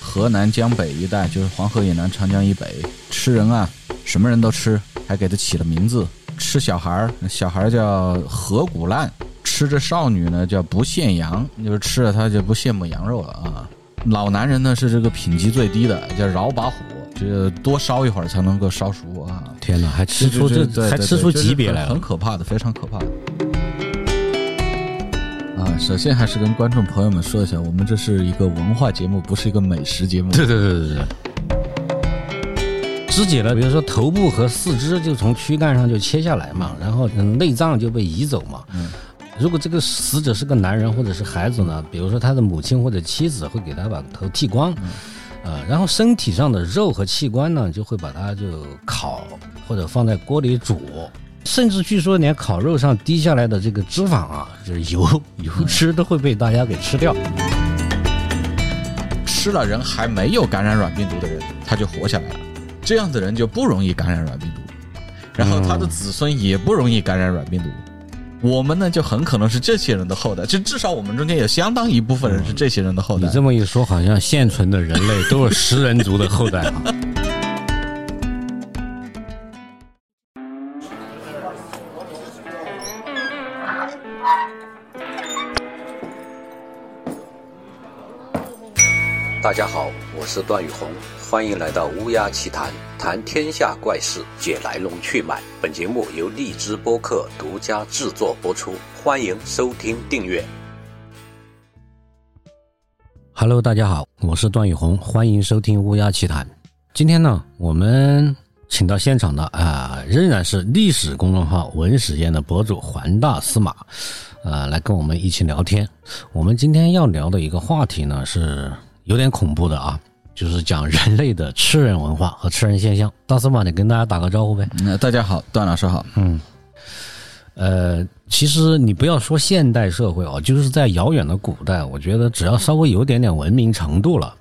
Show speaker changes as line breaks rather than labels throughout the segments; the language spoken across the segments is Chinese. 河南江北一带，就是黄河以南、长江以北，吃人啊，什么人都吃，还给它起了名字。吃小孩儿，小孩儿叫河骨烂；吃这少女呢，叫不羡羊，就是吃了她就不羡慕羊肉了啊。老男人呢是这个品级最低的，叫饶把火，这个多烧一会儿才能够烧熟啊。
天哪，还吃出
这
这还吃出级别来
很
了！
可怕的，非常可怕的。啊，首先还是跟观众朋友们说一下，我们这是一个文化节目，不是一个美食节目。
对对对对对。肢解了，比如说头部和四肢就从躯干上就切下来嘛，然后嗯内脏就被移走嘛。如果这个死者是个男人或者是孩子呢，比如说他的母亲或者妻子会给他把头剃光，呃，然后身体上的肉和器官呢就会把它就烤或者放在锅里煮，甚至据说连烤肉上滴下来的这个脂肪啊，就是油油脂都会被大家给吃掉。
吃了人还没有感染软病毒的人，他就活下来了。这样的人就不容易感染软病毒，然后他的子孙也不容易感染软病毒。我们呢，就很可能是这些人的后代，就至少我们中间有相当一部分人是嗯这些人的后代。
你这么一说，好像现存的人类都是食人族的后代啊！
大家好，我是段宇红，欢迎来到乌鸦奇谈，谈天下怪事，解来龙去脉。本节目由荔枝播客独家制作播出，欢迎收听订阅。
Hello，大家好，我是段宇红，欢迎收听《乌鸦奇谈》。今天呢，我们请到现场的啊、仍然是历史公众号“文史研”的博主环大司马，呃，来跟我们一起聊天。我们今天要聊的一个话题呢，是有点恐怖的啊，就是讲人类的吃人文化和吃人现象。大司马，你跟大家打个招呼呗。
嗯大家好，段老师好。
呃，其实你不要说现代社会哦，就是在遥远的古代，我觉得只要稍微有点点文明程度了，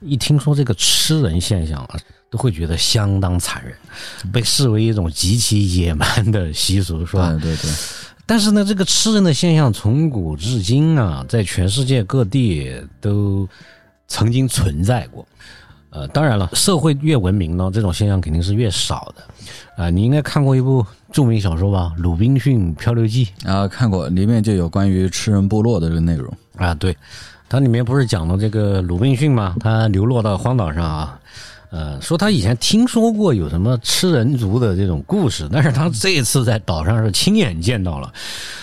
一听说这个吃人现象啊，都会觉得相当残忍，被视为一种极其野蛮的习俗，是吧？
对对对，
但是呢，这个吃人的现象从古至今啊，在全世界各地都曾经存在过。呃，当然了，社会越文明呢，这种现象肯定是越少的。啊、你应该看过一部著名小说吧，《鲁滨逊漂流记》。
然后啊看过里面就有关于吃人部落的这个内容。
啊，对，它里面不是讲了这个鲁滨逊嘛，他流落到荒岛上啊，呃，说他以前听说过有什么吃人族的这种故事，但是他这一次在岛上是亲眼见到了。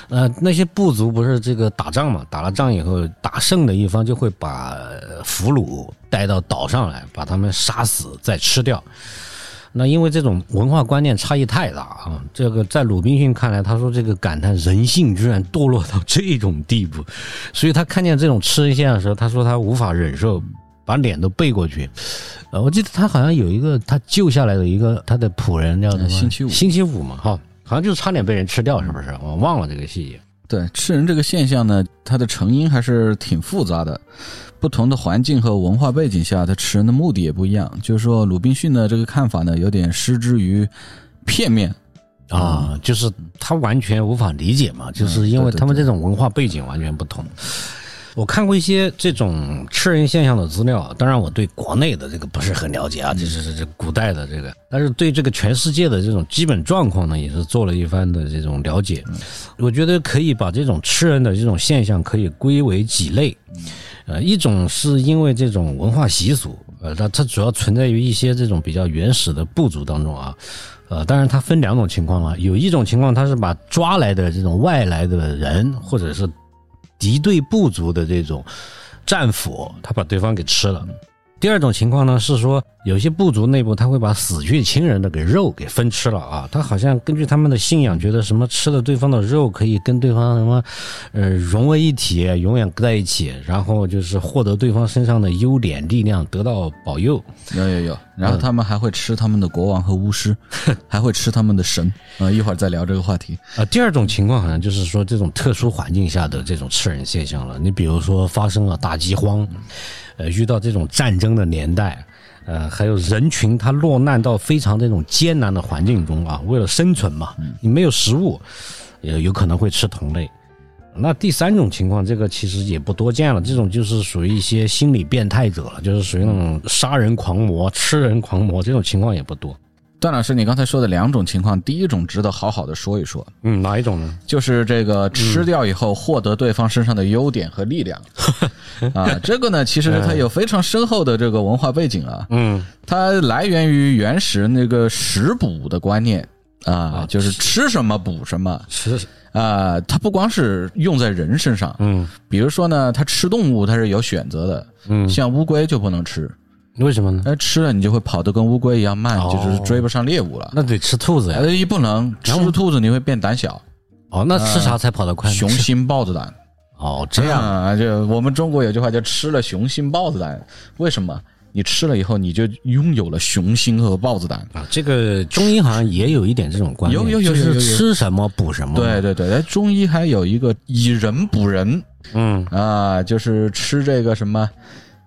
呃，那些部族不是这个打仗嘛，打了仗以后，打胜的一方就会把呃俘虏带到岛上来，把他们杀死再吃掉。那因为这种文化观念差异太大啊，这个在鲁滨逊看来，他说这个感叹人性居然堕落到这种地步，所以他看见这种吃人现象的时候，他说他无法忍受，把脸都背过去。呃，我记得他好像有一个他救下来的一个他的仆人叫什么？
嗯星期五
星期五嘛，哈，好像就是差点被人吃掉，是不是？我忘了这个细节。
对吃人这个现象呢，它的成因还是挺复杂的。不同的环境和文化背景下，它吃人的目的也不一样。就是说，鲁滨逊的这个看法呢，有点失之于片面。
啊，就是他完全无法理解嘛，就是因为他们这种文化背景完全不同。我看过一些这种吃人现象的资料，当然我对国内的这个不是很了解啊，就是这这古代的这个，但是对这个全世界的这种基本状况呢，也是做了一番的这种了解。我觉得可以把这种吃人的这种现象可以归为几类，呃，一种是因为这种文化习俗，呃，它它主要存在于一些这种比较原始的部族当中啊，呃，当然它分两种情况了，有一种情况它是把抓来的这种外来的人或者是敌对部族的这种战俘，他把对方给吃了。第二种情况呢是说，有些部族内部他会把死去亲人的给肉给分吃了啊，他好像根据他们的信仰，觉得什么吃了对方的肉可以跟对方什么，呃，融为一体，永远在一起，然后就是获得对方身上的优点力量，得到保佑。
有呃有有，然后他们还会吃他们的国王和巫 师，还会吃他们的神。啊、一会儿再聊这个话题。
啊，第二种情况好像就是说这种特殊环境下的这种吃人现象了。你比如说发生了大饥荒，呃，遇到这种战争的年代，呃，还有人群他落难到非常这种艰难的环境中啊，为了生存嘛，你没有食物，也有可能会吃同类。那第三种情况，这个其实也不多见了，这种就是属于一些心理变态者了，就是属于那种杀人狂魔、吃人狂魔这种情况也不多。
段老师，你刚才说的两种情况，第一种值得好好的说一说，
嗯，哪一种呢？
就是这个吃掉以后获得对方身上的优点和力 量啊，这个呢，其实它有非常深厚的这个文化背景啊，
嗯，
它来源于原始那个食补的观念啊，就是吃什么补什么
吃
啊，它不光是用在人身上，
嗯，
比如说呢，它吃动物它是有选择的，
嗯
像乌龟就不能吃，
为什么呢？
那吃了你就会跑得跟乌龟一样慢，
哦
就是追不上猎物了。
那得吃兔子呀。
哎，不能吃兔子，你会变胆小，
哦，那吃啥才跑得快呢？
雄心豹子胆。
哦，这样
啊，就我们中国有句话叫“吃了雄心豹子胆”，为什么？你吃了以后，你就拥有了雄心和豹子胆。
啊，这个中医好像也有一点这种观念，
有有有
就
有有有
是吃什么补什么。
对，对对，哎，中医还有一个以人补人
嗯，
啊，就是吃这个什么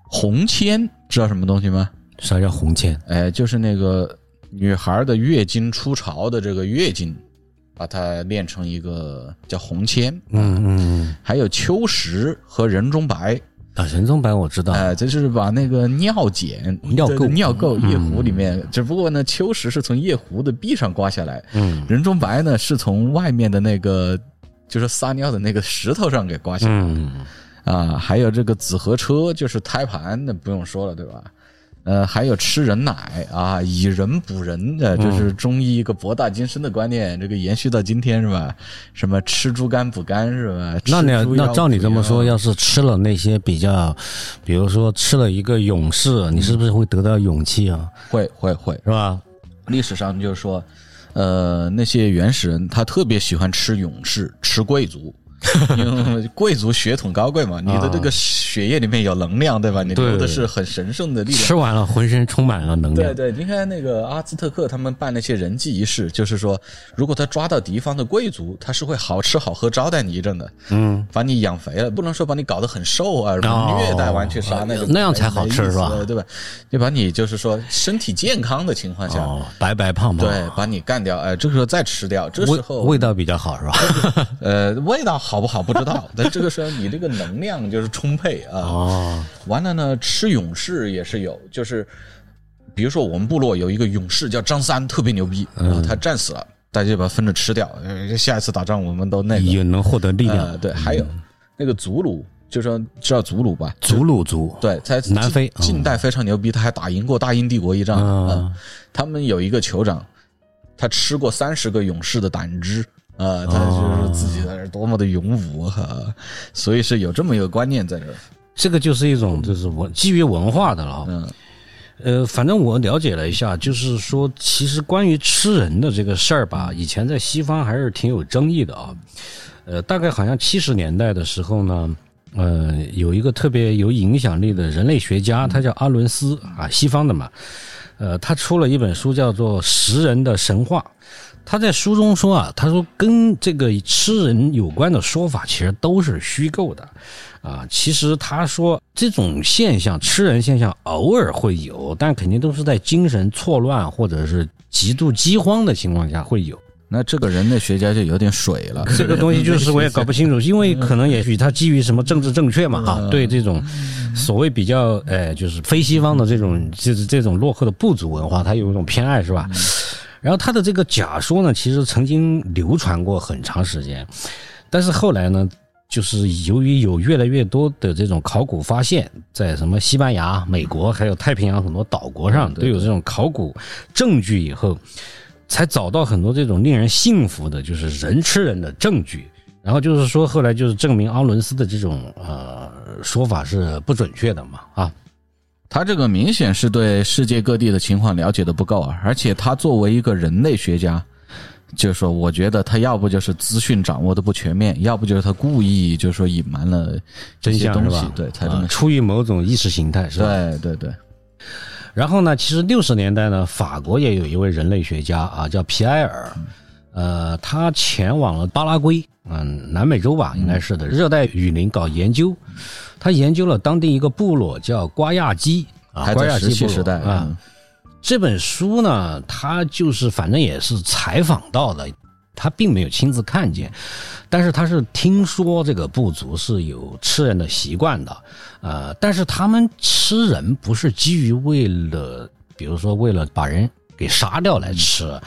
红铅，知道什么东西吗？
啥叫红芡？
哎，就是那个女孩的月经初潮的这个月经，把它炼成一个叫红铅。
嗯嗯嗯，
还有秋实和人中白，
啊，人中白我知道，
哎，这就是把那个尿碱、
啊尿垢
对对尿垢夜壶里面，只不过呢，秋实是从夜壶的壁上刮下来，
嗯
人中白呢是从外面的那个就是撒尿的那个石头上给刮下来
嗯，
啊。还有这个紫河车就是胎盘，那不用说了，对吧？呃，还有吃人奶啊，以人补人的，
嗯
就是中医一个博大精深的观念，这个延续到今天是吧？什么吃猪肝补肝是吧？
那你要
吃猪
那
腰
照你
补
这么说，
腰
要是吃了那些比较，比如说吃了一个勇士，
嗯
你是不是会得到勇气啊？
会会会，
是吧？
历史上就是说，呃，那些原始人他特别喜欢吃勇士，吃贵 族，因为贵族血统高贵嘛，你的
啊
这个血液里面有能量，对吧？你流的是很神圣的力量啊
吃。完了浑身充满了能
对
量。
对，你看那个阿兹特克他们办那些人祭仪式，就是说，如果他抓到敌方的贵族，他是会好吃好喝招待你一阵的，
嗯，
把你养肥了，不能说把你搞得很瘦啊，
哦
虐待完去杀那个、
那样才好吃是吧
没意思对吧？就把你就是说身体健康的情况下，
哦，白白胖胖，
对，把你干掉，哎、这个时候再吃掉，这时候
味味道比较好是 吧？
呃味道好不好不知道，但这个时候你这个能量就是充沛啊。
哦，
完了呢，吃勇士也是有，就是比如说我们部落有一个勇士叫张三，特别牛逼，
嗯
然后他战死了，大家就把他分着吃掉，呃下一次打仗我们都那个。
也能获得力量
呃，。对，还有那个祖鲁，就说知道祖鲁吧？
祖鲁族，
对，在
南
近
非
近代非常牛逼，他还打赢过大英帝国一仗。
嗯
嗯他们有一个酋长，他吃过三十个勇士的胆汁。
啊
呃，他就是自己在那儿多么的勇武哈、所以是有这么一个观念在这儿。
这个就是一种就是文基于文化的了啊。
嗯
呃，反正我了解了一下，就是说，其实关于吃人的这个事儿吧，以前在西方还是挺有争议的啊。呃，大概好像七十年代的时候呢，呃，有一个特别有影响力的人类学家，他叫阿伦斯啊，西方的嘛，呃，他出了一本书叫做《食人的神话》。他在书中说啊，他说跟这个吃人有关的说法其实都是虚构的，啊，其实他说这种现象，吃人现象偶尔会有，但肯定都是在精神错乱或者是极度饥荒的情况下会有。
那这个人类学家就有点水了。
这个东西就是我也搞不清楚，因为可能也许他基于什么政治正确嘛，哈，对这种所谓比较呃，就是非西方的这种就是这种落后的部族文化，他有一种偏爱是吧？然后他的这个假说呢，其实曾经流传过很长时间，但是后来呢。就是由于有越来越多的这种考古发现，在什么西班牙、美国，还有太平洋很多岛国上都有这种考古证据以后，才找到很多这种令人信服的，就是人吃人的证据。然后就是说，后来就是证明阿伦斯的这种呃说法是不准确的嘛啊，
他这个明显是对世界各地的情况了解的不够啊，而且他作为一个人类学家，就是说，我觉得他要不就是资讯掌握的不全面，要不就是他故意就是说隐瞒了这
真
些
相
东
是
西
吧？，
对，才这
啊
么
出于某种意识形态是吧？
对对对，
然后呢，其实六十年代呢，法国也有一位人类学家啊，叫皮埃尔，呃，他前往了巴拉圭，嗯，南美洲吧，应该是的，热带雨林搞研究，他研究了当地一个部落叫瓜亚基啊，
还
瓜
在
亚
石
基
器
部落
时代
啊，
嗯
这本书呢，它就是反正也是采访到的，他并没有亲自看见，但是他是听说这个部族是有吃人的习惯的，呃，但是他们吃人不是基于为了，比如说为了把人给杀掉来吃，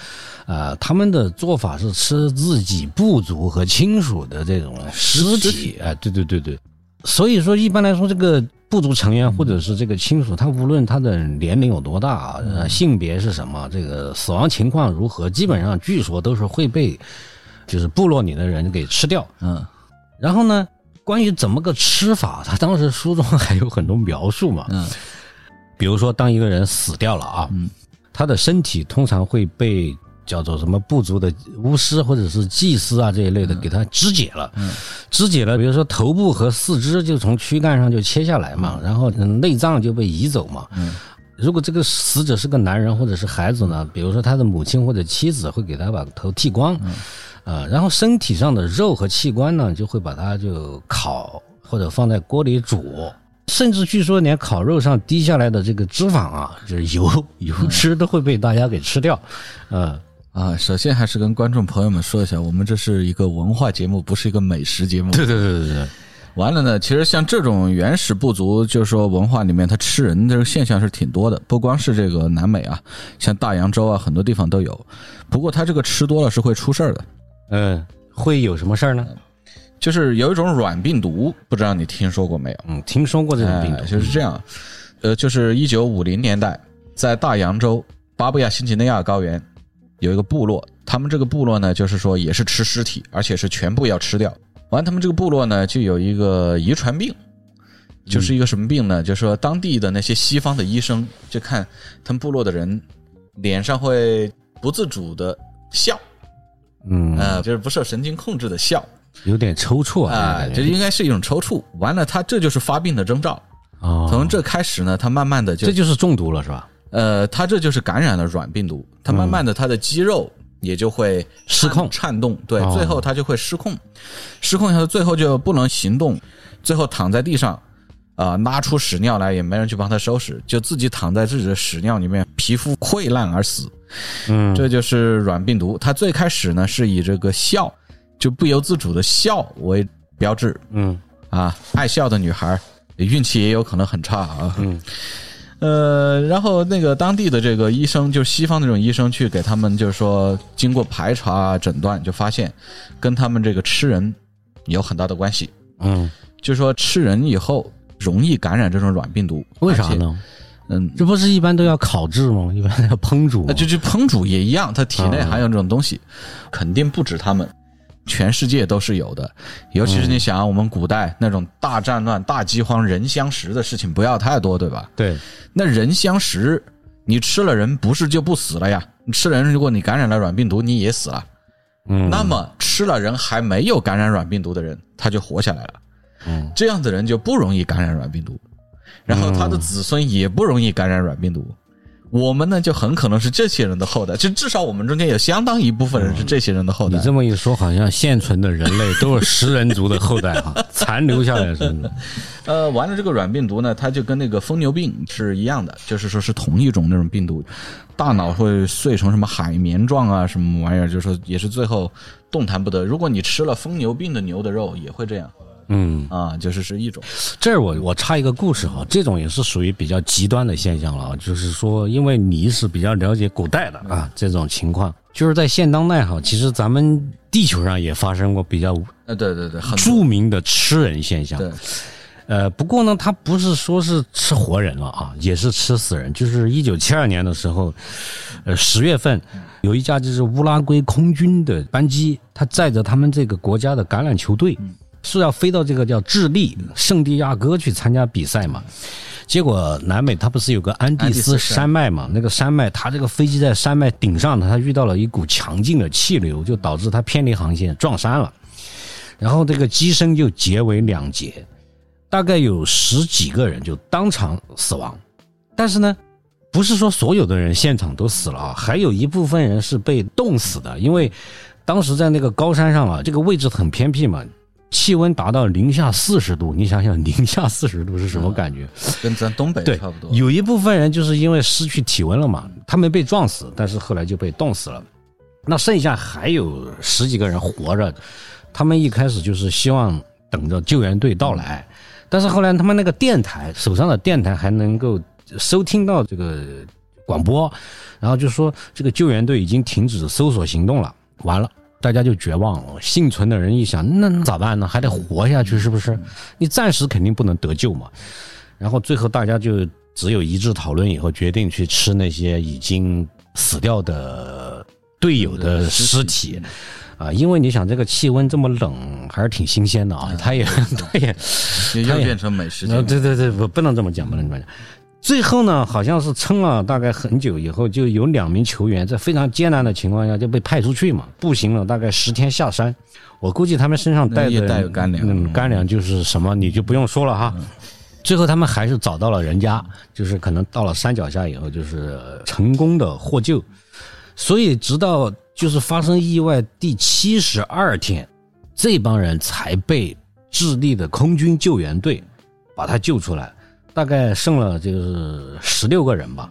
呃，他们的做法是吃自己部族和亲属的这种尸
尸
体，哎、对对对对，所以说，一般来说，这个部族成员或者是这个亲属，他无论他的年龄有多大，呃，性别是什么，这个死亡情况如何，基本上据说都是会被就是部落里的人给吃掉。
嗯
然后呢，关于怎么个吃法，他当时书中还有很多描述嘛，
嗯
比如说，当一个人死掉了啊，
嗯
他的身体通常会被叫做什么部族的巫师或者是祭司啊这一类的给他肢解了，
嗯
肢解了，比如说头部和四肢就从躯干上就切下来嘛，然后内脏就被移走嘛。
嗯
如果这个死者是个男人或者是孩子呢，比如说他的母亲或者妻子会给他把头剃光，
嗯
呃，然后身体上的肉和器官呢就会把它就烤或者放在锅里煮。甚至据说连烤肉上滴下来的这个脂肪啊，就是油
嗯
油脂都会被大家给吃掉，呃，
啊，首先还是跟观众朋友们说一下，我们这是一个文化节目，不是一个美食节目。
对对对对对，
完了呢，其实像这种原始部族，就是说文化里面它吃人这个现象是挺多的，不光是这个南美啊，像大洋洲啊，很多地方都有。不过它这个吃多了是会出事儿的，
嗯、会有什么事儿呢？
就是有一种软病毒，不知道你听说过没有？
嗯，听说过这种病毒，
哎就是这样。呃，就是一九五零年代，在大洋洲巴布亚新几内亚高原有一个部落，他们这个部落呢，就是说也是吃尸体，而且是全部要吃掉。完，他们这个部落呢，就有一个遗传病，
嗯
就是一个什么病呢？就是说当地的那些西方的医生就看他们部落的人脸上会不自主的笑，
嗯，
呃，就是不受神经控制的笑
有点抽搐
啊、
啊，
就
这个感觉
应该是一种抽搐。完了，他这就是发病的征兆。
哦
从这开始呢，他慢慢的就
这就是中毒了是吧？
呃，他这就是感染了软病毒，他慢慢的他的肌肉也就会
失控
颤动，对，
哦
最后他就会失控，失控以后最后就不能行动，最后躺在地上，啊、拉出屎尿来也没人去帮他收拾，就自己躺在自己的屎尿里面，皮肤溃烂而死。
嗯，
这就是软病毒。它最开始呢是以这个笑，就不由自主的笑为标志，
嗯
啊，爱笑的女孩儿运气也有可能很差啊。嗯。 呃，然后那个当地的这个医生，就是西方那种医生，去给他们就是说，经过排查啊、诊断，就发现跟他们这个吃人有很大的关系。
嗯，
就说吃人以后容易感染这种软病毒，
为啥
而且？
呢？
嗯，
这不是一般都要烤制吗？ 一般要烹煮吗
呃那就就烹煮也一样，它体
嗯
内含有这种东西，肯定不止他们，全世界都是有的。尤
嗯
其是你想啊，我们古代那种大战乱、大饥荒、人相食的事情不要太多，对吧？
对，
那人相食，你吃了人不是就不死了呀？你吃了人，如果你感染了软病毒，你也死了。
嗯，
那么吃了人还没有感染软病毒的人，他就活下来了。
嗯，
这样的人就不容易感染软病毒，然后他的子孙也不容易感染软病毒。
嗯
我们呢，就很可能是这些人的后代，就至少我们中间有相当一部分人是这些人的后代
你。这么一说，好像现存的人类都是食人族的后代哈，残留下来的食人族。
呃，完了，这个软病毒呢，它就跟那个疯牛病是一样的，就是说是同一种那种病毒，大脑会碎成什么海绵状啊，什么玩意儿，就是说也是最后动弹不得。如果你吃了疯牛病的牛的肉，也会这样
嗯，
啊，就是是一种。
这儿我我插一个故事哈，这种也是属于比较极端的现象了啊，就是说，因为你是比较了解古代的啊，这种情况就是在现当代哈，其实咱们地球上也发生过比较
呃，对对对，很多
著名的吃人现象。
对，
呃，不过呢，他不是说是吃活人了啊，也是吃死人。就是一九七二年的时候，呃，十月份，有一架就是乌拉圭空军的班机，它载着他们这个国家的橄榄球队，是要飞到这个叫智利、圣地亚哥去参加比赛嘛。结果南美它不是有个安第斯山脉嘛？那个山脉，它这个飞机在山脉顶上呢，它遇到了一股强劲的气流，就导致它偏离航线撞山了，然后这个机身就截为两截。大概有十几个人就当场死亡，但是呢，不是说所有的人现场都死了啊，还有一部分人是被冻死的，因为当时在那个高山上啊，这个位置很偏僻嘛，气温达到零下四十度，你想想零下四十度是什么感觉？
跟咱东北
对
差不多。
有一部分人就是因为失去体温了嘛，他们被撞死，但是后来就被冻死了。那剩下还有十几个人活着，他们一开始就是希望等着救援队到来，但是后来他们那个电台手上的电台还能够收听到这个广播，然后就说这个救援队已经停止搜索行动了，完了。大家就绝望了，幸存的人一想，那那咋办呢？还得活下去，是不是？你暂时肯定不能得救嘛。然后最后大家就只有一致讨论以后，决定去吃那些已经死掉的队友的尸
嗯
体。啊，因为你想这个气温这么冷，还是挺新鲜的啊。他也， 他也，
也要变成美食节
呃
目。
对对对，不不能这么讲，不能这么讲。最后呢，好像是撑了大概很久以后，就有两名球员在非常艰难的情况下就被派出去嘛，步行了大概十天下山。我估计他们身上带
那也
的
带有干粮
嗯，干粮就是什么你就不用说了哈。最后他们还是找到了人家，就是可能到了山脚下以后，就是成功的获救。所以直到就是发生意外第七十二天，这帮人才被智利的空军救援队把他救出来，大概剩了就是十六个人吧。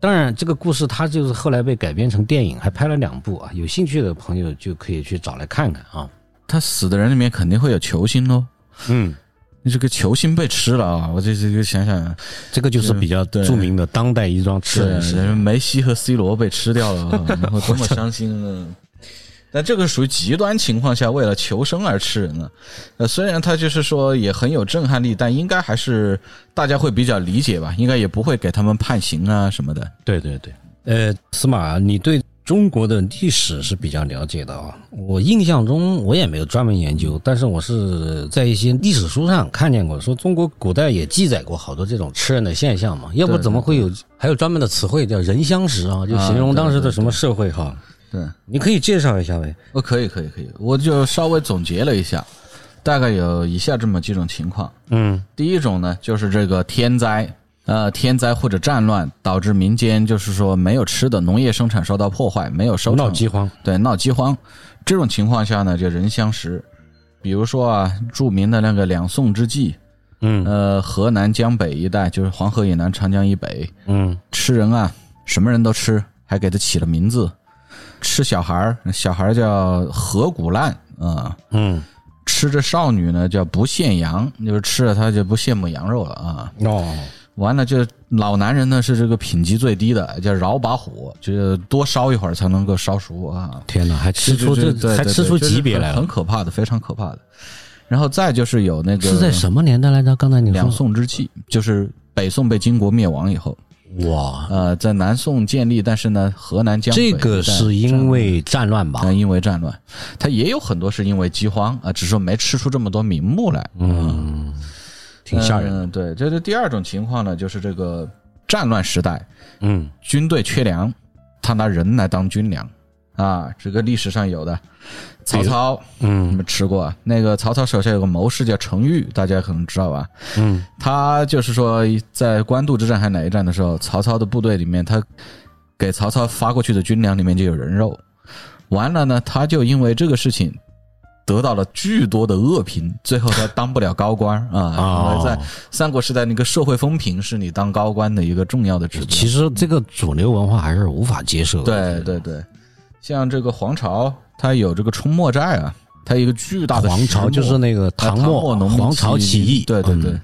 当然，这个故事它就是后来被改编成电影，还拍了两部啊。有兴趣的朋友就可以去找来看看啊。
他死的人里面肯定会有球星哦，
嗯，
你这个球星被吃了啊！我这这个想想，
这个就是比较
对
著名的当代一桩吃人事件。
是梅西和 C 罗被吃掉 了，然后多么伤心啊！ 但这个属于极端情况下为了求生而吃人了。呃，虽然他就是说也很有震撼力，但应该还是大家会比较理解吧，应该也不会给他们判刑啊什么的。
对对对，呃，司马，你对中国的历史是比较了解的啊。我印象中我也没有专门研究，但是我是在一些历史书上看见过，说中国古代也记载过好多这种吃人的现象嘛，要不
对
怎么会有还有专门的词汇叫“人相食”啊，就
啊
形容当时
对
的
对
什么社会哈。
对，
你可以介绍一下呗？
哦，可以，可以，可以，我就稍微总结了一下，大概有以下这么几种情况。
嗯
第一种呢，就是这个天灾，呃，天灾或者战乱导致民间就是说没有吃的，农业生产受到破坏，没有收成，
闹饥荒。
对，闹饥荒。这种情况下呢，就人相食。比如说啊，著名的那个两宋之际，
嗯
呃，河南江北一带，就是黄河以南、长江以北，
嗯
吃人啊，什么人都吃，还给他起了名字，吃小孩儿，小孩儿叫河谷烂啊、
嗯，
吃这少女呢叫不羡羊，就是吃了她就不羡慕羊肉了啊。
哦，
完了，这老男人呢是这个品级最低的，叫饶把火，就是多烧一会儿才能够烧熟啊。
天哪，还吃出
就就
这
对
还
对
吃
对
出
就是
级别
很
来
很
了？
可怕的，非常可怕的。然后再就是有那个
是在什么年代来着？刚才你
两
说
宋之际，就是北宋被金国灭亡以后，
哇，
呃，在南宋建立，但是呢，河南江北
这个
一带
是
战
因
乱嗯
为战乱吧？
但因为战乱，它也有很多是因为饥荒啊，只是没吃出这么多名目来。
嗯，呃挺吓人的。
嗯，对，这是第二种情况呢，就是这个战乱时代，
嗯
军队缺粮，他拿人来当军粮啊，这个历史上有的。曹操你
嗯
们吃过啊？那个曹操手下有个谋士叫程昱，大家可能知道吧？
嗯
他就是说，在官渡之战还是哪一战的时候，曹操的部队里面，他给曹操发过去的军粮里面就有人肉。完了呢，他就因为这个事情得到了巨多的恶评，最后他当不了高官啊。
哦
因为在三国时代，那个社会风评是你当高官的一个重要的指标。
其实这个主流文化还是无法接受
对
的。
对对，像这个黄巢，它有这个冲墨寨啊，它有一个巨大的
黄
石
巢
磨
就是那个
唐
唐末
农民
黄巢起义，嗯
对对对，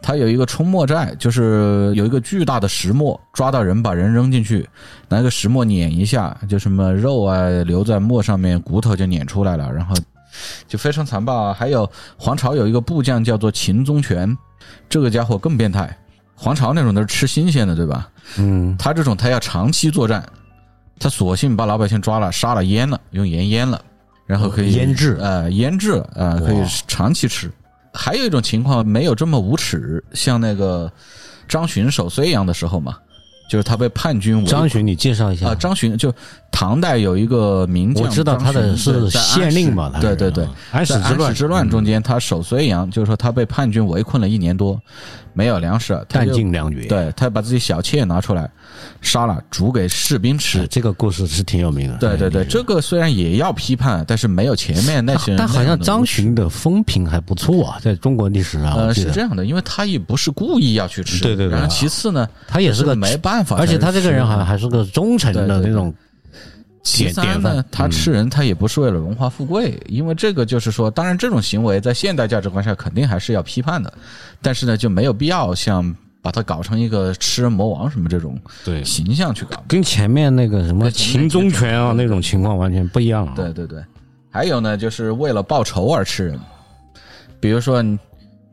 他有一个冲墨寨，就是有一个巨大的石磨，抓到人把人扔进去，拿个石磨碾一下，就什么肉啊留在磨上面，骨头就碾出来了，然后就非常残暴啊。还有黄巢有一个部将叫做秦宗权，这个家伙更变态。黄巢那种都是吃新鲜的，对吧？
嗯，
他这种他要长期作战，他索性把老百姓抓了、杀了、腌了，用盐腌了，然后可以
哦腌制
呃，腌制了，呃，
哇
可以长期吃。还有一种情况没有这么无耻，像那个张巡守睢阳的时候嘛，就是他被叛军围
张巡，你介绍一
嗯啊、
下。
张巡就唐代有一个名将，
我知道他
张
的
巡
是
对在安
县令嘛，
史
他
对
是啊
对对，，
安史
在安史
之乱嗯
之乱中间，他守睢阳，就是说他被叛军围困了一年多，没有粮食，他
弹
就
尽粮绝。
对他把自己小妾拿出来杀了，煮给士兵吃
哎，。这个故事是挺有名的。
对对对，这个虽然也要批判，但是没有前面那些人
但但好
那样
像
的
张巡的风评还不错啊，在中国历史上，我
呃
记
是
得
这样的，因为他也不是故意要去吃。
对对对
然后其次呢，
他也是个
没办法，
而且他这个人好像
还
还是个忠诚
对
的
对对
那种
其
典典
三
范
呢，，他吃人他也不是为了荣华富贵，因为这个就是说，当然这种行为在现代价值观下肯定还是要批判的，但是呢就没有必要像把它搞成一个吃人魔王什么这种
对
形象去搞。
跟前面那个什么秦宗权啊那种情况完全不一样啊。
对对对，还有呢，就是为了报仇而吃人，比如说你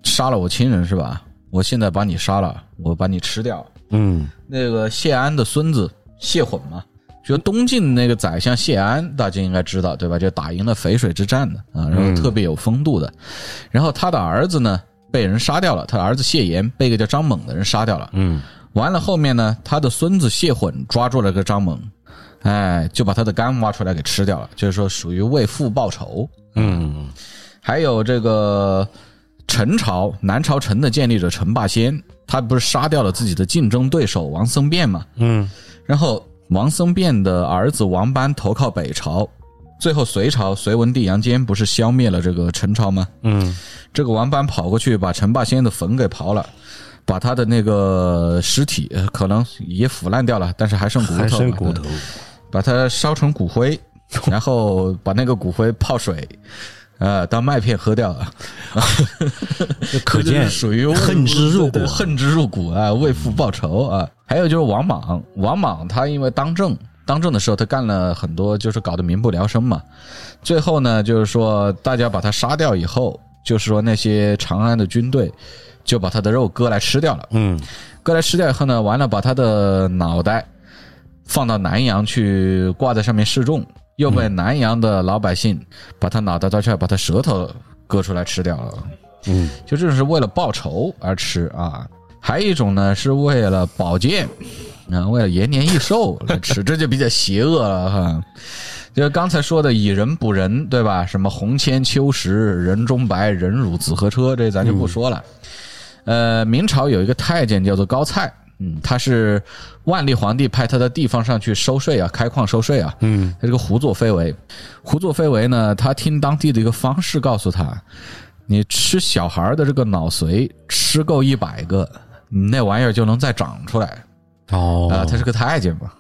杀了我亲人是吧？我现在把你杀了，我把你吃掉。
嗯，
那个谢安的孙子谢混嘛，就东晋那个宰相谢安，大家应该知道对吧？就打赢了淝水之战的啊，然后特别有风度的。然后他的儿子呢被人杀掉了，他的儿子谢岩被一个叫张猛的人杀掉了。
嗯，
完了后面呢，他的孙子谢混抓住了个张猛，哎，就把他的肝挖出来给吃掉了，就是说属于为父报仇。
嗯，
还有这个陈朝，南朝陈的建立者陈霸先，他不是杀掉了自己的竞争对手王僧辩嘛？
嗯，
然后王僧辩的儿子王班投靠北朝，最后隋朝隋文帝杨坚不是消灭了这个陈朝吗？
嗯，
这个王班跑过去把陈霸先的坟给刨了。把他的那个尸体呃可能也腐烂掉了，但是还剩骨头，
还剩骨头，，
把它烧成骨灰， 然后把那个骨灰泡水，呃，当麦片喝掉了。
这可
这
见
就是属于为
恨之入骨
对对
啊。
恨之入骨啊，为父报仇啊。还有就是王莽，王莽他因为当政，当政的时候他干了很多，就是搞得民不聊生嘛。最后呢，就是说大家把他杀掉以后，就是说那些长安的军队就把他的肉割来吃掉了，
嗯
割来吃掉以后呢，完了把他的脑袋放到南阳去挂在上面示众，又被南阳的老百姓把他脑袋摘出来，把他舌头割出来吃掉了。
嗯，
就这种是为了报仇而吃啊。还有一种呢，是为了保健，啊，为了延年益寿来吃，这就比较邪恶了哈。就是刚才说的以人补人，对吧？什么红铅、秋实、人中白、人乳、紫河车，这咱就不说了。呃，明朝有一个太监叫做高蔡，嗯，他是万历皇帝派他到地方上去收税啊，开矿收税啊，
嗯，
他这个胡作非为。胡作非为呢，他听当地的一个方士告诉他，你吃小孩的这个脑髓，吃够一百个，你那玩意儿就能再长出来
哦
啊、他是个太监嘛，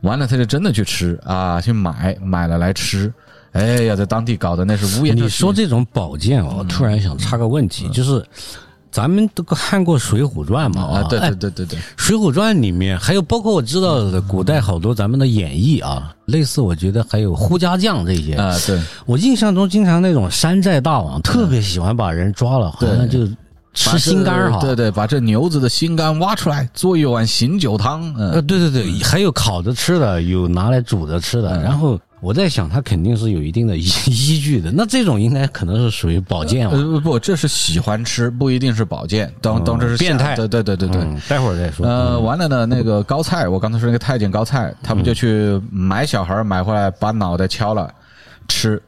完了他就真的去吃啊，去买买了来吃。哎呀，在当地搞的那是乌烟瘴气。
你说这种宝剑哦，我突然想插个问题，就是咱们都看过《水浒传》嘛
啊？对
哎
对对对对，
《水浒传》里面还有包括我知道的古代好多咱们的演义啊，类似我觉得还有呼家将这些。
啊对，
我印象中经常那种山寨大王特别喜欢把人抓了，好像就吃心肝儿哈。
对对，嗯把这牛子的心肝挖出来，做一碗醒酒汤。
呃，
嗯，嗯
对对对，还有烤着吃的，有拿来煮着吃的。然后我在想，他肯定是有一定的依 依据的。那这种应该可能是属于保健吧。
呃不不，这是喜欢吃，不一定是保健。当当这是下
嗯变态
对对对对对。
嗯，待会儿再说。
呃，完了呢，那个高菜，我刚才说那个太监高菜，他们就去买小孩儿买回来，把脑袋敲了吃。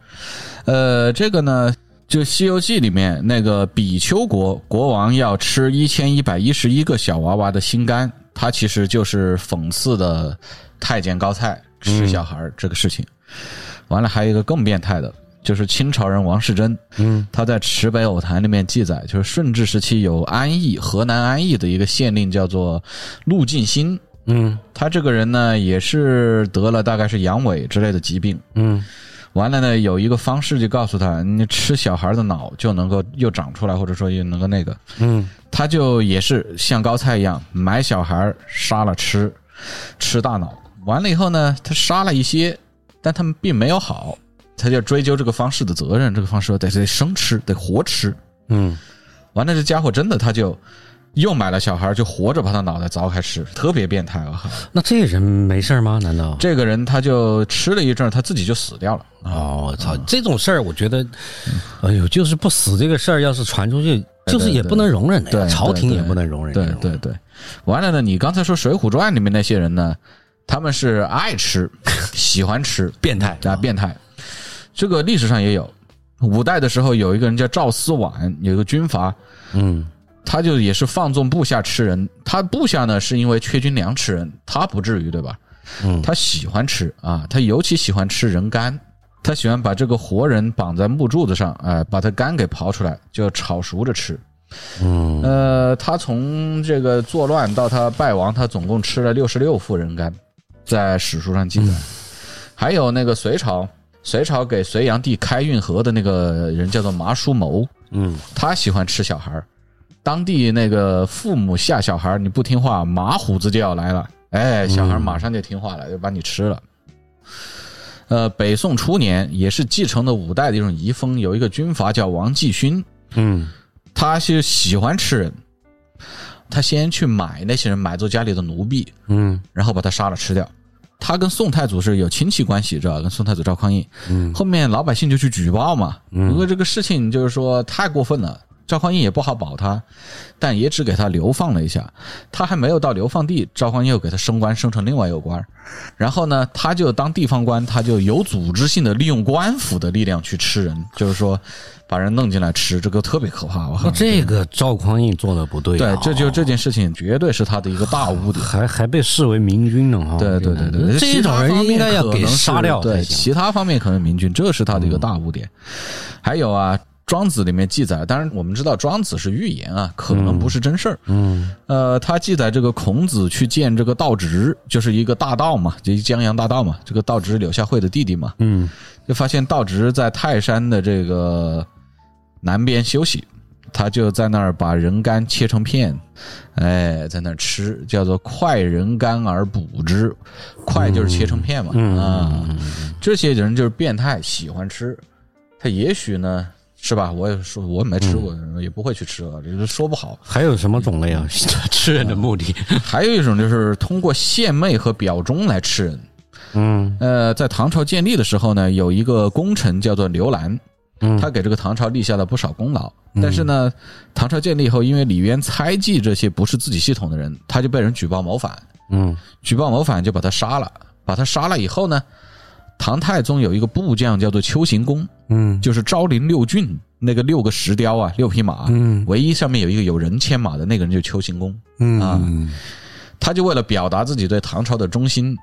呃，这个呢，就《西游记》里面那个比丘国国王要吃一千一百一十一个小娃娃的心肝，他其实就是讽刺的太监高菜吃小孩儿这个事情。完了，还有一个更变态的，就是清朝人王世贞，
嗯，
他在《池北偶谈》里面记载，就是顺治时期有安义，河南安义的一个县令叫做陆进兴，
嗯
他这个人呢也是得了大概是阳痿之类的疾病。
嗯
完了呢，有一个方式就告诉他，你吃小孩的脑就能够又长出来，或者说又能够那个。
嗯
他就也是像高菜一样买小孩儿杀了吃，吃大脑。完了以后呢，他杀了一些，但他们并没有好，他就追究这个方式的责任。这个方式说得得生吃，得活吃。
嗯，
完了，这家伙真的他就又买了小孩儿，就活着把他脑袋凿开吃，特别变态啊！
那这人没事儿吗？难道？
这个人他就吃了一阵儿，他自己就死掉了。
哦，我操！这种事儿，我觉得，哎呦，就是不死这个事儿，要是传出去，就是也不能容忍的呀，
对
朝廷
对
也不能容忍这
对
种。
对对，完了呢，你刚才说《水浒传》里面那些人呢，他们是爱吃，喜欢吃，
变态
啊，变态。这个历史上也有，五代的时候有一个人叫赵思婉，有一个军阀，
嗯
他就也是放纵部下吃人。他部下呢是因为缺军粮吃人，他不至于对吧？
嗯
他喜欢吃啊，他尤其喜欢吃人肝，他喜欢把这个活人绑在木柱子上，哎、把他肝给刨出来，就炒熟着吃。
嗯，
呃，他从这个作
嗯
乱到他败亡，他总共吃了六十六副人肝，在史书上记载。还有那个隋朝，隋朝给隋炀帝开运河的那个人叫做麻叔谋，
嗯，
他喜欢吃小孩儿。当地那个父母吓小孩儿，你不听话，马虎子就要来了。哎，小孩儿马上就听话了，就把你吃了。呃，北宋初年也是继承了五代的一种遗风，有一个军阀叫王继勋，
嗯，
他是喜欢吃人，他先去买那些人买做家里的奴婢，
嗯，
然后把他杀了吃掉。他跟宋太祖是有亲戚关系，知道吧跟宋太祖赵匡胤。
嗯
后面老百姓就去举报嘛，因为这个事情就是说太过分了，赵匡胤也不好保他，但也只给他流放了一下。他还没有到流放地，赵匡胤又给他升官，升成另外一个官儿。然后呢，他就当地方官，他就有组织性的利用官府的力量去吃人，就是说把人弄进来吃，这个特别可怕。我靠
那，这个赵匡胤做的不对啊、
对，这就这件事情绝对是他的一个大污点。
还还被视为明君呢哈、
对对对对，
这种人应该要给杀掉
对，
才行。嗯
其他方面可能明君，这是他的一个大污点。还有啊，《庄子》里面记载，当然我们知道《庄子》是寓言啊，可能不是真事儿。
嗯
呃，他记载这个孔子去见这个道直，就是一个大盗嘛，就一江洋大盗嘛，这个道直柳下惠的弟弟嘛，
嗯
就发现道直在泰山的这个南边休息，他就在那儿把人干切成片，哎，在那儿吃，叫做快人干而补之，快就是切成片嘛，
嗯
啊，这些人就是变态，喜欢吃，他也许呢。是吧？我也说，我也没吃过，
嗯
也不会去吃了，这个说不好。
还有什么种类啊？ 吃人的目的？
还有一种就是通过献媚和表忠来吃人。
嗯
呃，在唐朝建立的时候呢，有一个功臣叫做刘兰，
嗯
他给这个唐朝立下了不少功劳。但是呢，唐朝建立以后，因为李渊猜忌这些不是自己系统的人，他就被人举报谋反，
嗯
举报谋反就把他杀了。把他杀了以后呢，唐太宗有一个部将叫做丘行恭，
嗯
就是昭陵六郡那个六个石雕啊，六匹马，
嗯
唯一上面有一个有人牵马的那个人就是丘行恭。啊
嗯
他就为了表达自己对唐朝的忠心，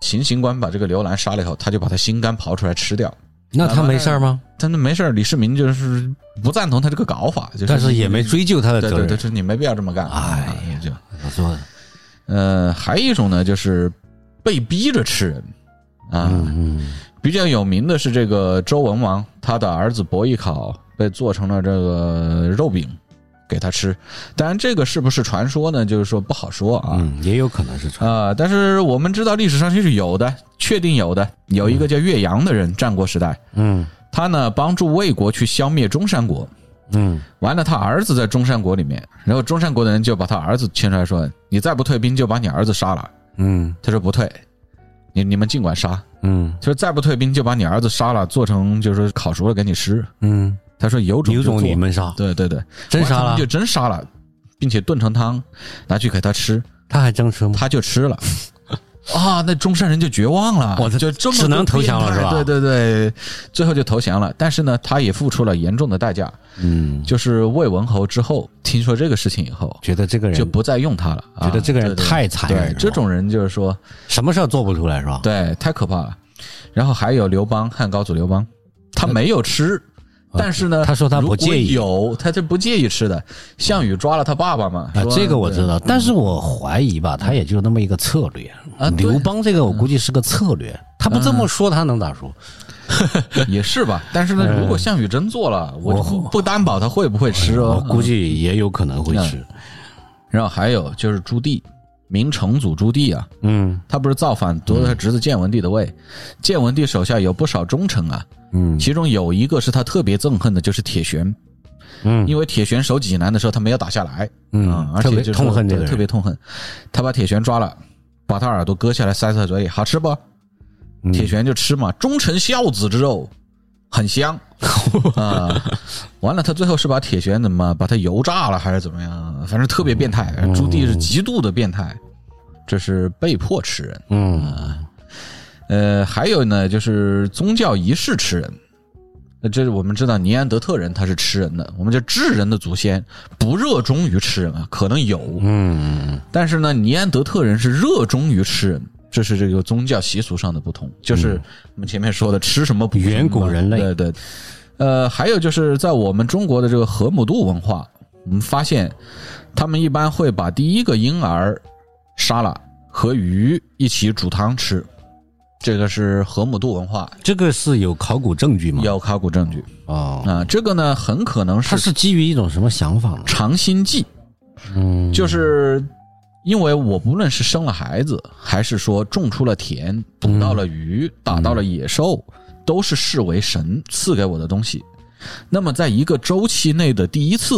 秦刑官把这个刘兰杀了以后，他就把他心肝刨出来吃掉。
那他没事儿吗？
但那没事儿，李世民就是不赞同他这个搞法，就是
但是也没追究他的
对
责
对对，
任。
就是你没必要这么干。
哎
呀，就
我说
呃，还有一种呢，就是被逼着吃人啊。
嗯
比较有名的是这个周文王，他的儿子伯邑考被做成了这个肉饼给他吃。当然，这个是不是传说呢？就是说不好说啊。
嗯，也有可能是传。
啊、但是我们知道历史上是有的，确定有的，有一个叫岳阳的人，战国时代，
嗯
他呢帮助魏国去消灭中山国，
嗯
完了他儿子在中山国里面，然后中山国的人就把他儿子牵出来说：“你再不退兵，就把你儿子杀了。
嗯”
他说：“不退，你你们尽管杀。”
嗯
他说：“再不退兵，就把你儿子杀了，做成就是烤熟了给你吃。
嗯，”
他说：“有种
有
就
种
做
你们杀，
对对对，
真
完
杀
他们
了
就，真杀了，并且炖成汤，拿去给他吃。
他还真吃吗？
他就吃了。啊，那中山人就绝望了，
我的
就这么
只能
个
投降了
变态
是吧
对对对，最后就投降了。但是呢，他也付出了严重的代价，
嗯，
就是魏文侯之后听说这个事情以后，
觉得这个人
就不再用他了，啊
觉得这个人
对对
太残忍
对
了，
这种人就是说，
什么事儿做不出来是吧？
对，太可怕了。然后还有刘邦，汉高祖刘邦，他没有吃，但是呢，
呃他说他不介意
如果有他就不介意吃的。项羽抓了他爸爸嘛，
啊，
说嗯
这个我知道，但是我怀疑吧，他也就那么一个策略。
啊
刘邦这个我估计是个策
嗯
略，他不这么说，他能咋说？
也是吧，但是
嗯
呢，如果项羽真做了，我就不不担保他会不会吃
我
哦。
估计也有可能会吃。
然后还有就是朱棣，明成祖朱棣啊，
嗯
他不是造反夺了他侄子建文帝的位，建文帝手下有不少忠臣啊，
嗯
其中有一个是他特别憎恨的，就是铁旋，
嗯
因为铁旋守济南的时候他没有打下来，啊
嗯，
而
特
且
别
就是
痛恨这个
对
人，
特别痛恨，他把铁旋抓了，把他耳朵割下来塞在嘴里，好吃不？
嗯
铁拳就吃嘛，忠臣孝子之肉，很 香啊、完了，他最后是把铁拳怎么把他油炸了，还是怎么样？反正特别变态，
嗯
朱棣是极度的变态，这是被迫吃人。啊
嗯
呃，还有呢，就是宗教仪式吃人。呃这是我们知道尼安德特人他是吃人的，我们叫智人的祖先不热衷于吃人啊，可能有，
嗯
但是呢，尼安德特人是热衷于吃人，这是这个宗教习俗上的不同，就是我们前面说的吃什么补什么
嗯远古人类
对对，呃，还有就是在我们中国的这个河姆渡文化，我们发现他们一般会把第一个婴儿杀了和鱼一起煮汤吃，这个是河姆渡文化，
这个是有考古证据吗？
有考古证据
哦，
啊、这个呢很可能
他
是
是基于一种什么想法呢？
长心计，
嗯，
就是因为我不论是生了孩子，还是说种出了田、捕到了鱼、打到了野兽，都是视为神赐给我的东西。那么，在一个周期内的第一次，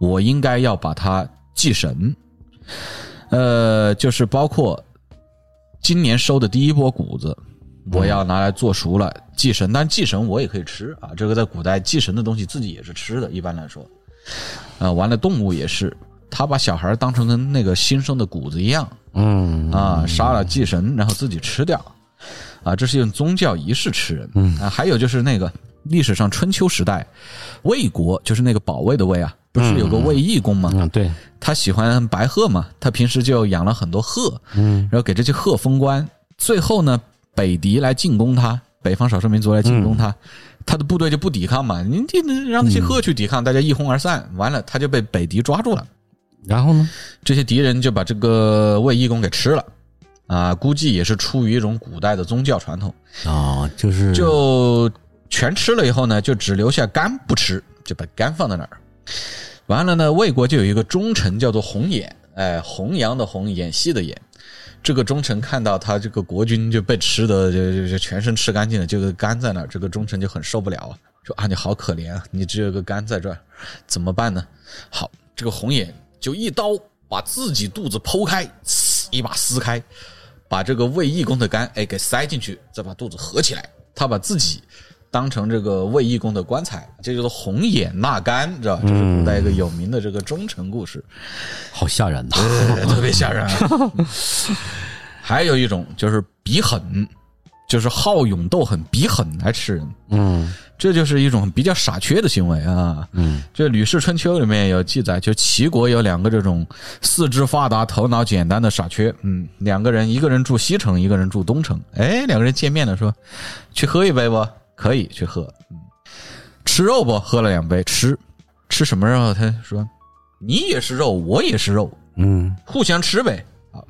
我应该要把它祭神。呃，就是包括今年收的第一波谷子，我要拿来做熟了祭神。但祭神我也可以吃啊，这个在古代祭神的东西自己也是吃的，一般来说。呃，完了动物也是，他把小孩当成跟那个新生的谷子一样
嗯
啊，杀了祭神，然后自己吃掉，啊，这是一种宗教仪式吃人。嗯啊，还有就是那个历史上春秋时代，魏国就是那个保卫的魏啊，不是有个魏懿公吗？
嗯，对，
他喜欢白鹤嘛，他平时就养了很多鹤，嗯，然后给这些鹤封官。最后呢，北敌来进攻他，北方少数民族来进攻他，他的部队就不抵抗嘛，你这让那些鹤去抵抗，大家一哄而散，完了他就被北敌抓住了。
然后呢？
这些敌人就把这个卫懿公给吃了，啊，估计也是出于一种古代的宗教传统，
哦，就是
就全吃了以后呢，就只留下肝不吃，就把肝放在那儿。完了呢，魏国就有一个忠臣叫做红眼，哎，弘扬的弘，演戏的演。这个忠臣看到他这个国君就被吃的就就就全身吃干净了，就个肝在那儿，这个忠臣就很受不了啊，说啊你好可怜啊，你只有个肝在这儿，怎么办呢？好，这个红眼就一刀把自己肚子剖开，呲一把撕开，把这个卫懿公的肝哎给塞进去，再把肚子合起来。他把自己当成这个卫懿公的棺材，这就是红眼纳干，知道吧？这是古代一个有名的这个忠臣故事，
好吓人呐！
特别吓人啊。还有一种就是比狠，就是好勇斗狠，比狠来吃人。
嗯
这就是一种比较傻缺的行为啊！
嗯，
这《吕氏春秋》里面有记载，就齐国有两个这种四肢发达、头脑简单的傻缺，嗯，两个人，一个人住西城，一个人住东城，哎，两个人见面了，说去喝一杯不？可以去喝，嗯，吃肉不？喝了两杯，吃，吃什么肉？他说你也是肉，我也是肉，
嗯
互相吃呗。啊，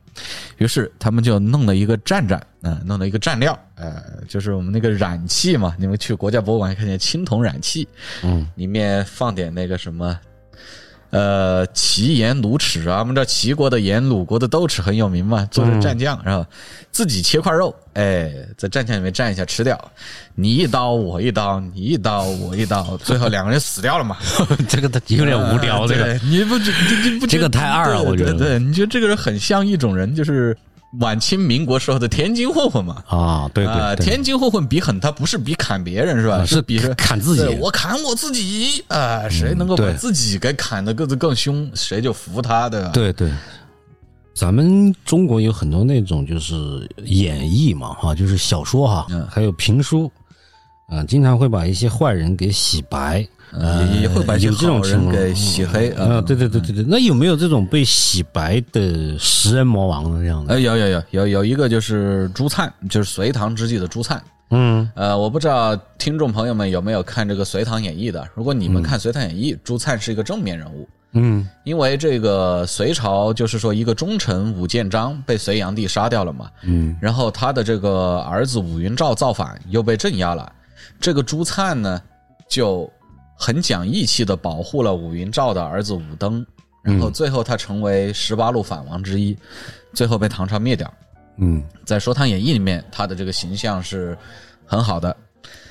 于是他们就弄了一个蘸蘸，嗯、弄了一个蘸料，呃，就是我们那个染器嘛，你们去国家博物馆看见青铜染器，
嗯，
里面放点那个什么。呃，齐盐卤豉啊，我们这齐国的盐，鲁国的豆豉很有名嘛，做成蘸酱，然后自己切块肉，哎，在蘸酱里面蘸一下吃掉，你一刀我一刀，你一刀我一刀，最后两个人死掉了嘛，
这个有点无聊，这个
对你不觉你你不觉
这个太二了
对
我觉得
对，对你觉得这个人很像一种人，就是晚清民国时候的天津混混嘛。
啊，对
啊、
对对，
天津混混比狠，他不是比砍别人是吧？
是
比着
砍自己嗯
对我砍我自己啊、谁能够把
对
自己给砍得更更凶，谁就服他，对吧？
对对，咱们中国有很多那种就是演绎嘛，哈，就是小说哈，
嗯
还有评书，啊、经常会把一些坏人给洗白，
呃，也也会把一些
有这
好
种情
人
况
给洗黑啊、
啊，对对对对对，那有没有这种被洗白的食人魔王的这样的？
呃，有有有有有一个就是朱灿，就是隋唐之际的朱灿，
嗯，
呃，我不知道听众朋友们有没有看这个《隋唐演义》的。如果你们看《隋唐演义》，朱灿是一个正面人物，
嗯，
因为这个隋朝就是说一个忠臣武建章被隋炀帝杀掉了嘛，嗯，然后他的这个儿子武云照造反又被镇压了，这个朱灿呢就很讲义气的保护了武云照的儿子武登，然后最后他成为十八路反王之一，最后被唐朝灭掉。
嗯，
在《说唐演义》里面，他的这个形象是很好的。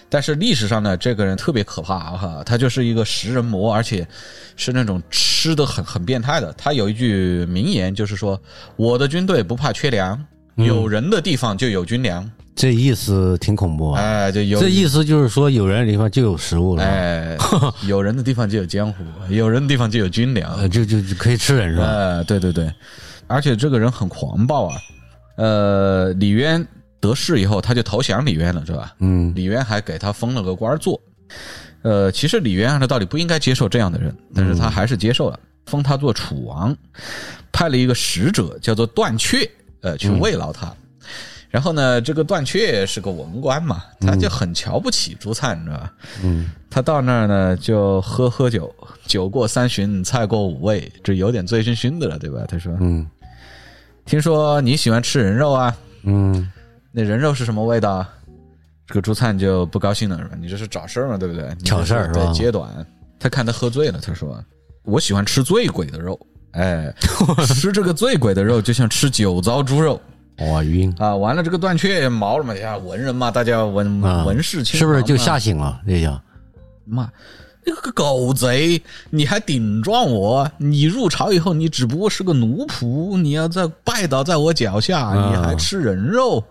但是历史上呢，这个人特别可怕啊哈，他就是一个食人魔，而且是那种吃的很很变态的。他有一句名言，就是说：“我的军队不怕缺粮，
嗯
有人的地方就有军粮。
这意思挺恐怖啊。
哎，就有
这意思就是说，有人的地方就有食物了，
哎，有人的地方就有江湖，有人的地方就有军粮。
呃，就就就可以吃人是吧？
呃，对对对，而且这个人很狂暴啊。呃，李渊得势以后，他就投降李渊了，是吧？
嗯，
李渊还给他封了个官儿做。呃，其实李渊按照道理不应该接受这样的人，但是他还是接受了，封他做楚王，派了一个使者叫做段雀，呃，去慰劳他。然后呢，这个段雀是个文官嘛，他就很瞧不起朱灿，你知道吧？
嗯，
他到那儿呢就喝喝酒，酒过三巡，菜过五味，这有点醉醺醺的了，对吧？他说
嗯：“
听说你喜欢吃人肉啊？
嗯
那人肉是什么味道？啊这个朱灿就不高兴了，是吧？你这是找事儿嘛，对不对？你
挑事儿
这
是
是在
吧
揭短。他看他喝醉了，他说：“我喜欢吃最贵的肉， 哎，吃这个最贵的肉就像吃酒糟猪肉
我晕，
啊！”完了，这个段雀也毛了嘛，哎呀，文人嘛，大家文、
啊
文士清
是不是
王
就
嘛
吓醒了？这就
骂那个狗贼，你还顶撞我！你入朝以后，你只不过是个奴仆，你要在拜倒在我脚下，
啊
你还吃人肉。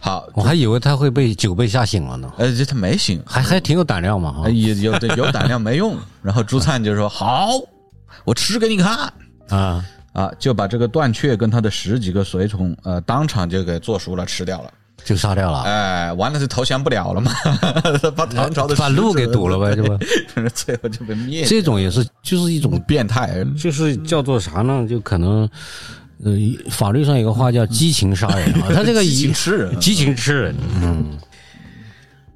好，
我还以为他会被酒被吓醒了呢，
呃，这他没醒，
还还挺有胆量嘛
呃也有的有胆量没用。然后朱灿就说：“好，我吃给你看。”
哈啊，
啊，就把这个段雀跟他的十几个随从，呃，当场就给做熟了，吃掉了。
就杀掉了，啊
哎，完了就投降不了了嘛， 把唐朝的
把
使者
路给堵了呗，对吧？
最后就被灭。
这种也是就是一种，
变态，
就是叫做啥呢？就可能。呃，法律上有个话叫激情杀人啊，他这 个
激情
以
吃人
激情吃人。嗯，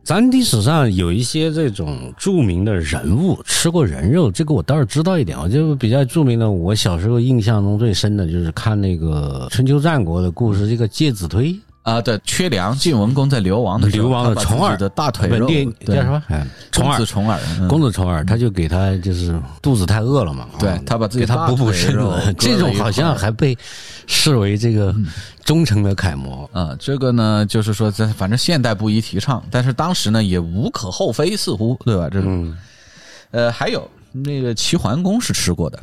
咱历史上有一些这种著名的人物吃过人肉，这个我倒是知道一点。我就比较著名的，我小时候印象中最深的就是看那个春秋战国的故事，这个介子推，
啊，对，缺粮，晋文公在流亡的时候，
流亡的
嗯他把
重
自己
耳
的大腿
本
肉
地叫
对
什么？哎，重
公
耳
子。重耳，嗯
公子重耳，他就给他就是肚子太饿了嘛，啊
对他把自己
给他
大
补补
腿
身
肉割
子
了，
这种
一嗯
好像还被视为这个忠诚的楷模。
啊，这个呢，就是说，在反正现代不宜提倡，但是当时呢也无可厚非，似乎对吧？这种，呃，还有那个齐桓公是吃过的，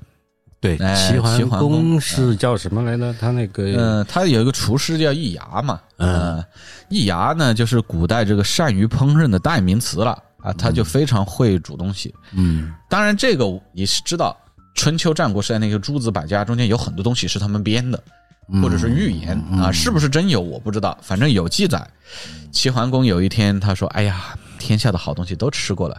对，
哎
齐
齐
桓
桓公
公是叫什么来着？他那个
嗯，他有一个厨师叫易牙嘛，嗯，易牙呢就是古代这个善于烹饪的代名词了啊，他就非常会煮东西，
嗯，
当然，这个你是知道，春秋战国时代那个诸子百家中间有很多东西是他们编的，或者是预言啊，是不是真有我不知道，反正有记载。齐桓公有一天他说：“哎呀，天下的好东西都吃过了，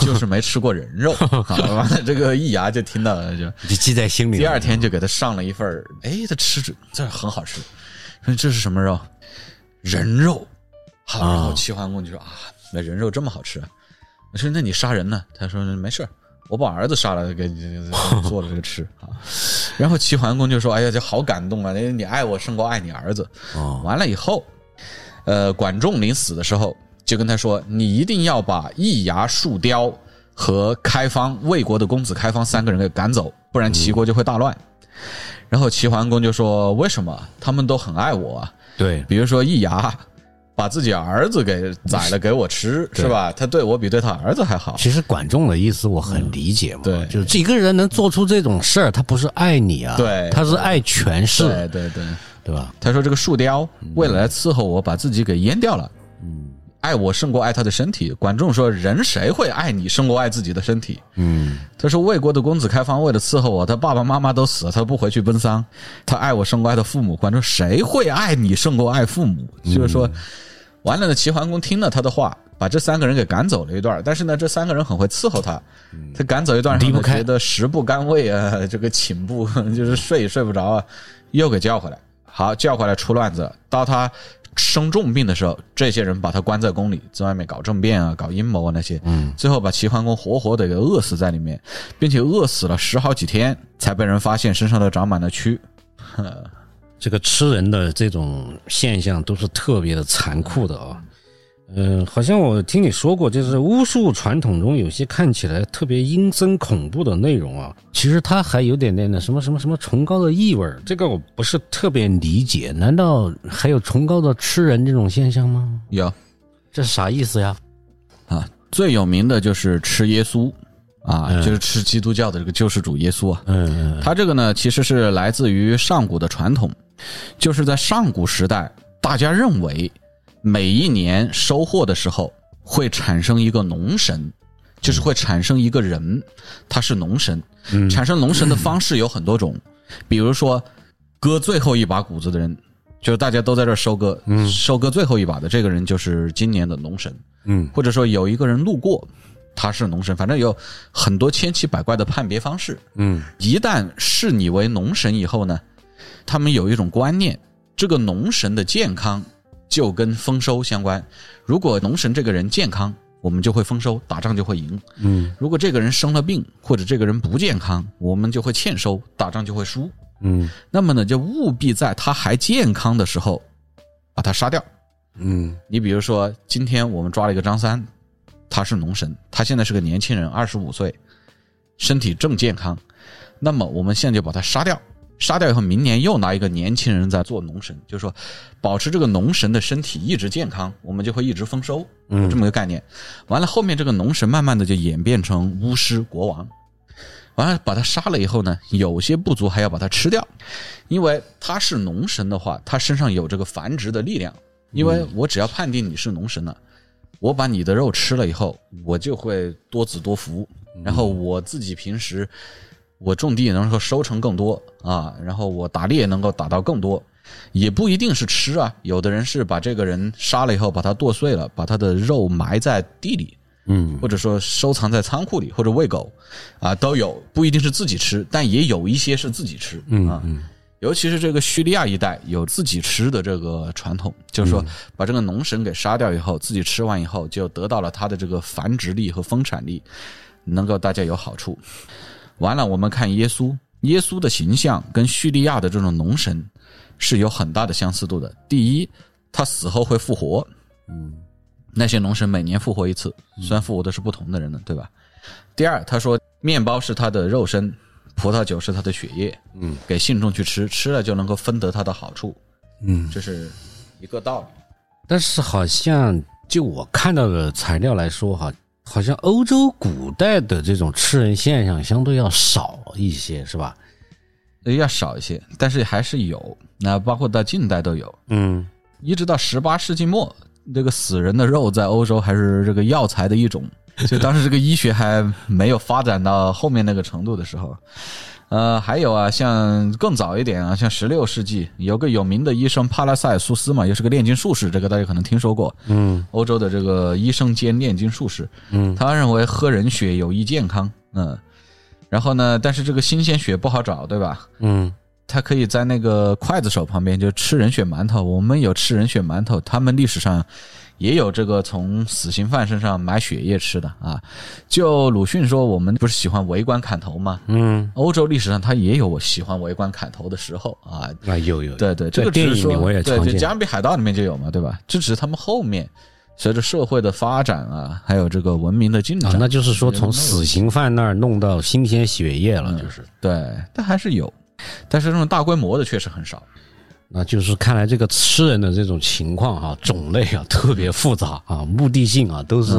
就是没吃过人肉。”好了，完了这个易牙就听到了，就
就记在心里了。
第二天就给他上了一份儿，哎，他吃着这很好吃，说这是什么肉？人肉。好，然后
啊
齐桓公就说啊，那人肉这么好吃啊，我说那你杀人呢？他说没事儿我把儿子杀了，给给给做了这个吃啊。然后齐桓公就说，哎呀，这好感动啊，你你爱我胜过爱你儿子。
哦，
完了以后，呃，管仲临死的时候就跟他说：“你一定要把易牙、树雕和开方魏国的公子开方三个人给赶走，不然齐国就会大乱。然后齐桓公就说：“为什么？他们都很爱我啊。
对，
比如说易牙，把自己儿子给宰了给我吃，是吧？他对我比对他儿子还好。
其实管仲的意思我很理解嘛，
嗯对
就是这个人能做出这种事儿，他不是爱你啊，
对
他是爱权势，
对对对，
对吧？
他说这个树雕为了来伺候我，把自己给阉掉了。爱我胜过爱他的身体。管仲说：“人谁会爱你胜过爱自己的身体？”
嗯，
他说魏国的公子开方为了伺候我，他爸爸妈妈都死了，他不回去奔丧，他爱我胜过爱他父母。管仲谁会爱你胜过爱父母？就是
嗯
说，完了呢，齐桓公听了他的话，把这三个人给赶走了一段儿。但是呢，这三个人很会伺候他，他赶走一段儿，
嗯离不
他
开
觉得食不甘味啊，这个寝不 就是睡也睡不着啊，又给叫回来。好，叫回来出乱子了。到他生重病的时候，这些人把他关在宫里，在外面搞政变啊，搞阴谋啊那些。嗯，最后把齐桓公活活的给饿死在里面，并且饿死了十好几天，才被人发现身上都长满了蛆。
这个吃人的这种现象都是特别的残酷的啊。嗯，好像我听你说过，就是巫术传统中有些看起来特别阴森恐怖的内容啊，其实它还有点点的什么什么什么崇高的意味儿，这个我不是特别理解。难道还有崇高的吃人这种现象吗？
有
这是啥意思呀？
啊，最有名的就是吃耶稣啊，
嗯
就是吃基督教的这个救世主耶稣啊。
嗯，
它这个呢，其实是来自于上古的传统，就是在上古时代，大家认为每一年收获的时候会产生一个农神，就是会产生一个人，他是农神。产生农神的方式有很多种，比如说割最后一把谷子的人，就是大家都在这儿收割，收割最后一把的这个人就是今年的农神。
嗯，
或者说有一个人路过，他是农神，反正有很多千奇百怪的判别方式。
嗯，
一旦视你为农神以后呢，他们有一种观念，这个农神的健康就跟丰收相关。如果农神这个人健康，我们就会丰收，打仗就会赢。
嗯，
如果这个人生了病，或者这个人不健康，我们就会欠收，打仗就会输。
嗯
那么呢，就务必在他还健康的时候，把他杀掉。
嗯
你比如说，今天我们抓了一个张三，他是农神，他现在是个年轻人，二十五岁，身体正健康。那么我们现在就把他杀掉，杀掉以后，明年又拿一个年轻人在做农神，就是说保持这个农神的身体一直健康，我们就会一直丰收，有这么一个概念。完了，后面这个农神慢慢的就演变成巫师国王。完了，把他杀了以后呢，有些部族还要把他吃掉，因为他是农神的话，他身上有这个繁殖的力量。因为我只要判定你是农神了，我把你的肉吃了以后，我就会多子多福，然后我自己平时我种地能够收成更多啊，然后我打猎能够打到更多，也不一定是吃啊，有的人是把这个人杀了以后，把他剁碎了，把他的肉埋在地里，
嗯
或者说收藏在仓库里，或者喂狗，啊，都有，不一定是自己吃，但也有一些是自己吃，啊，尤其是这个叙利亚一带有自己吃的这个传统，就是说把这个农神给杀掉以后，自己吃完以后就得到了它的这个繁殖力和丰产力，能够大家有好处。完了，我们看耶稣，耶稣的形象跟叙利亚的这种农神是有很大的相似度的。第一，他死后会复活，那些农神每年复活一次，虽然复活的是不同的人呢，对吧？第二，他说面包是他的肉身，葡萄酒是他的血液，嗯，给信众去吃，吃了就能够分得他的好处，
嗯，
这是一个道理。
但是好像就我看到的材料来说哈，好像欧洲古代的这种吃人现象相对要少一些，是吧？
呃要少一些，但是还是有。那包括到近代都有，
嗯
一直到十八世纪末，这个死人的肉在欧洲还是这个药材的一种。就当时这个医学还没有发展到后面那个程度的时候，呃，还有啊，像更早一点啊，像十六世纪有个有名的医生帕拉塞尔苏斯嘛，又是个炼金术士，这个大家可能听说过。
嗯
欧洲的这个医生兼炼金术士，
嗯
他认为喝人血有益健康，嗯，然后呢，但是这个新鲜血不好找，对吧？
嗯
他可以在那个刽子手旁边就吃人血馒头。我们有吃人血馒头，他们历史上也有这个从死刑犯身上买血液吃的啊。就鲁迅说，我们不是喜欢围观砍头吗？
嗯，
欧洲历史上他也有喜欢围观砍头的时候啊。
啊有有，
对对，这个
在电
只是
影里
说
我也
对，
常
就《
见
加勒比海盗》里面就有嘛，对吧？这只是他们后面随着社会的发展啊，还有这个文明的进
啊
展，，
那就是说从死刑犯那儿弄到新鲜血液了，就是，
对，但还是有，但是这种大规模的确实很少。
那就是看来这个吃人的这种情况哈、种类啊特别复杂啊，目的性啊都是、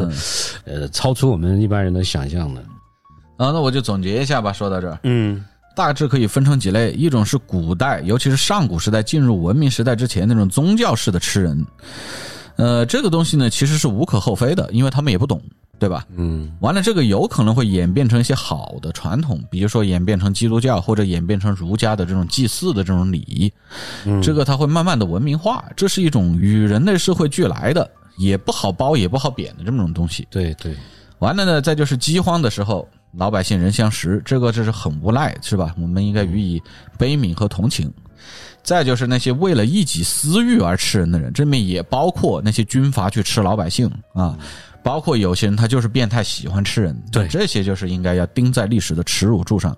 呃超出我们一般人的想象的。
啊，那我就总结一下吧，说到这儿。
嗯
大致可以分成几类，一种是古代，尤其是上古时代进入文明时代之前那种宗教式的吃人，呃，这个东西呢其实是无可厚非的，因为他们也不懂，对吧？
嗯
完了，这个有可能会演变成一些好的传统，比如说演变成基督教或者演变成儒家的这种祭祀的这种礼仪，这个它会慢慢的文明化，这是一种与人类社会俱来的，也不好褒也不好贬的这么种东西。
对对，
完了呢，再就是饥荒的时候，老百姓人相食，这个这是很无奈，是吧？我们应该予以悲悯和同情。再就是那些为了一己私欲而吃人的人，这里面也包括那些军阀去吃老百姓啊，包括有些人他就是变态喜欢吃人，啊
对
这些就是应该要钉在历史的耻辱柱上，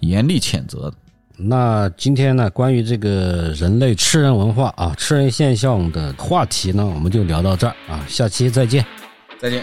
严厉谴责。
那今天呢，关于这个人类吃人文化啊、吃人现象的话题呢，我们就聊到这儿啊，下期再见。
再见。